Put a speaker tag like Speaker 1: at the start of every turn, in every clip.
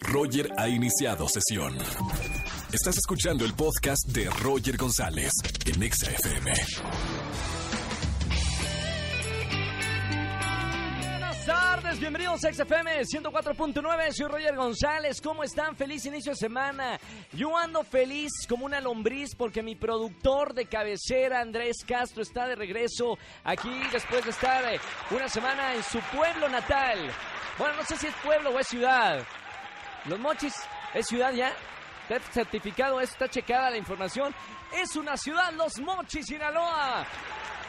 Speaker 1: Roger ha iniciado sesión. Estás escuchando el podcast de Roger González en Exa FM.
Speaker 2: Buenas tardes, bienvenidos a XFM 104.9, soy Roger González, ¿cómo están? Feliz inicio de semana. Yo ando feliz como una lombriz porque mi productor de cabecera, Andrés Castro, está de regreso aquí después de estar eh, una semana en su pueblo natal. Bueno, no sé si es pueblo o es ciudad. Los Mochis, ¿es ciudad ya? Está certificado, eso está checada la información. Es una ciudad, Los Mochis, Sinaloa.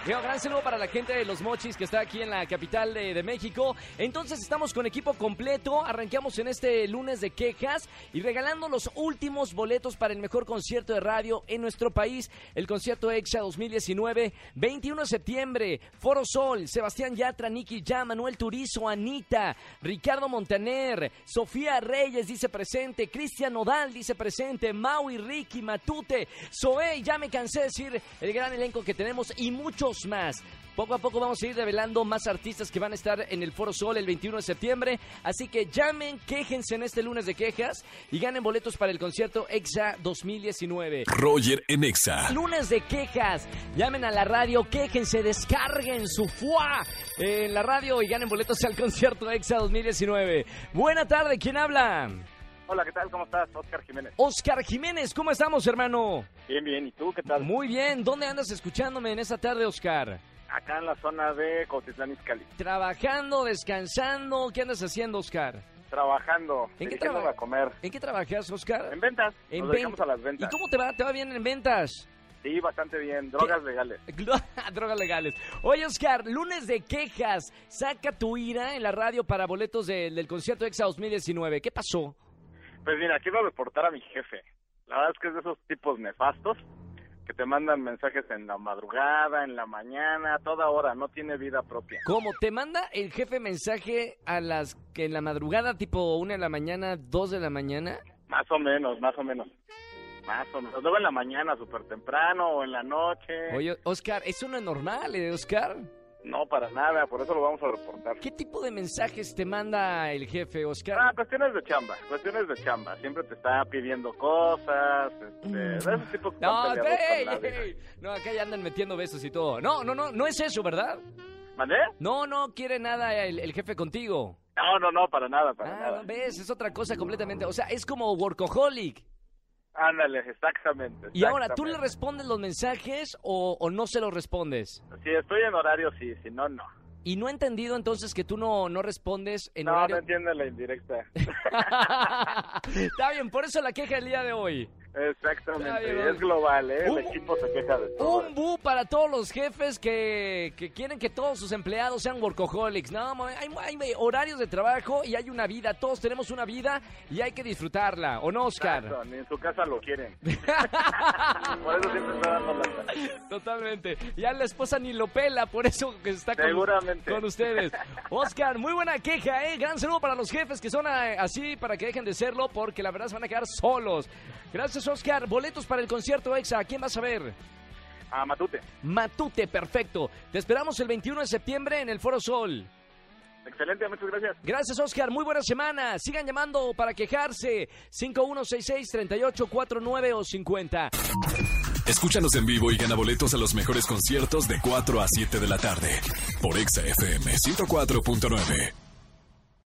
Speaker 2: Digo, gran saludo para la gente de Los Mochis que está aquí en la capital de, de México. Entonces estamos con equipo completo, arranqueamos en este lunes de quejas y regalando los últimos boletos para el mejor concierto de radio en nuestro país, el concierto EXA 2019, 21 de septiembre, Foro Sol, Sebastián Yatra, Nicky Ya, Manuel Turizo, Anita, Ricardo Montaner, Sofía Reyes dice presente, Cristian Nodal dice presente, Maui, Ricky, Matute, Zoe, ya me cansé de decir el gran elenco que tenemos y muchos más. Poco a poco vamos a ir revelando más artistas que van a estar en el Foro Sol el 21 de septiembre. Así que llamen, quéjense en este lunes de quejas y ganen boletos para el concierto EXA 2019.
Speaker 1: Roger en Exa.
Speaker 2: Lunes de quejas. Llamen a la radio, quéjense, descarguen su fuá en la radio y ganen boletos al concierto EXA 2019. Buena tarde, ¿quién habla?
Speaker 3: Hola, ¿qué tal? ¿Cómo estás? Oscar Jiménez.
Speaker 2: Oscar Jiménez, ¿cómo estamos, hermano?
Speaker 3: Bien, bien. ¿Y tú qué tal?
Speaker 2: Muy bien, ¿dónde andas escuchándome en esta tarde, Oscar?
Speaker 3: Acá en la zona de Cotitlán Izcalli.
Speaker 2: Trabajando, descansando, ¿qué andas haciendo, Oscar?
Speaker 3: Trabajando.
Speaker 2: ¿En qué
Speaker 3: dirigiéndome
Speaker 2: traba-
Speaker 3: a comer.
Speaker 2: ¿En qué trabajas, Oscar?
Speaker 3: En ventas.
Speaker 2: En
Speaker 3: Nos dedicamos
Speaker 2: ven-
Speaker 3: a las ventas.
Speaker 2: ¿Y cómo te va? ¿Te va bien en ventas?
Speaker 3: Sí, bastante bien. Drogas legales.
Speaker 2: Drogas legales. Oye, Oscar, lunes de quejas. Saca tu ira en la radio para boletos de- del concierto EXA 2019. ¿Qué pasó?
Speaker 3: Pues mira, quiero reportar a mi jefe. La verdad es que es de esos tipos nefastos que te mandan mensajes en la madrugada, en la mañana, a toda hora. No tiene vida propia.
Speaker 2: ¿Cómo? ¿Te manda el jefe mensaje a las que en la madrugada, tipo una de la mañana, dos de la mañana?
Speaker 3: Más o menos, más o menos. Más o menos. Luego en la mañana, súper temprano, o en la noche.
Speaker 2: Oye, Oscar, eso no es normal, ¿eh, Oscar?
Speaker 3: No, para nada. Por eso lo vamos a reportar.
Speaker 2: ¿Qué tipo de mensajes te manda el jefe,
Speaker 3: Ah,
Speaker 2: Oscar?
Speaker 3: cuestiones de chamba, cuestiones de chamba. Siempre te está pidiendo cosas, este, de esos tipos que
Speaker 2: Mm. No,
Speaker 3: están peleados
Speaker 2: ey,
Speaker 3: con la vida.
Speaker 2: ey. no, acá ya andan metiendo besos y todo. No, no, no, no es eso, ¿verdad?
Speaker 3: ¿Mandé?
Speaker 2: No, no quiere nada el- el jefe contigo.
Speaker 3: No, no, no, para nada, para
Speaker 2: Ah,
Speaker 3: nada.
Speaker 2: no, ves, es otra cosa completamente. O sea, es como workaholic.
Speaker 3: Ándale, exactamente.
Speaker 2: Y ahora, ¿tú le
Speaker 3: exactamente.
Speaker 2: respondes los mensajes o, o no se los respondes?
Speaker 3: Si estoy en horario, sí, si no, no.
Speaker 2: Y no he entendido entonces que tú no, no respondes en
Speaker 3: no,
Speaker 2: horario.
Speaker 3: no entiende la indirecta.
Speaker 2: Está bien, por eso la queja del día de hoy. Está
Speaker 3: Exactamente,
Speaker 2: bien,
Speaker 3: y
Speaker 2: vale.
Speaker 3: es global, ¿eh?
Speaker 2: Un-
Speaker 3: El equipo se queja de todo.
Speaker 2: Un bu para todos los jefes que, que quieren que todos sus empleados sean workaholics. No, mami, hay, hay horarios de trabajo y hay una vida. Todos tenemos una vida y hay que disfrutarla. ¿O no, Oscar?
Speaker 3: Exacto, ni en su casa lo quieren. Por eso siempre está dando la...
Speaker 2: Totalmente. Ya la esposa ni lo pela, por eso que está con,
Speaker 3: Seguramente.
Speaker 2: con ustedes. Oscar, muy buena queja, ¿eh? Gran saludo para los jefes que son eh, así, para que dejen de serlo, porque la verdad se van a quedar solos. Gracias, Oscar. Boletos para el concierto EXA. ¿A quién vas a ver?
Speaker 3: Ah, Matute,
Speaker 2: Matute, perfecto. Te esperamos el 21 de septiembre en el Foro Sol.
Speaker 3: excelente, muchas gracias.
Speaker 2: Gracias, Oscar. Muy buena semana. Sigan llamando para quejarse. 5166-3849 o 50.
Speaker 1: Escúchanos en vivo y gana boletos a los mejores conciertos de 4 a 7 de la tarde por Exa FM 104.9.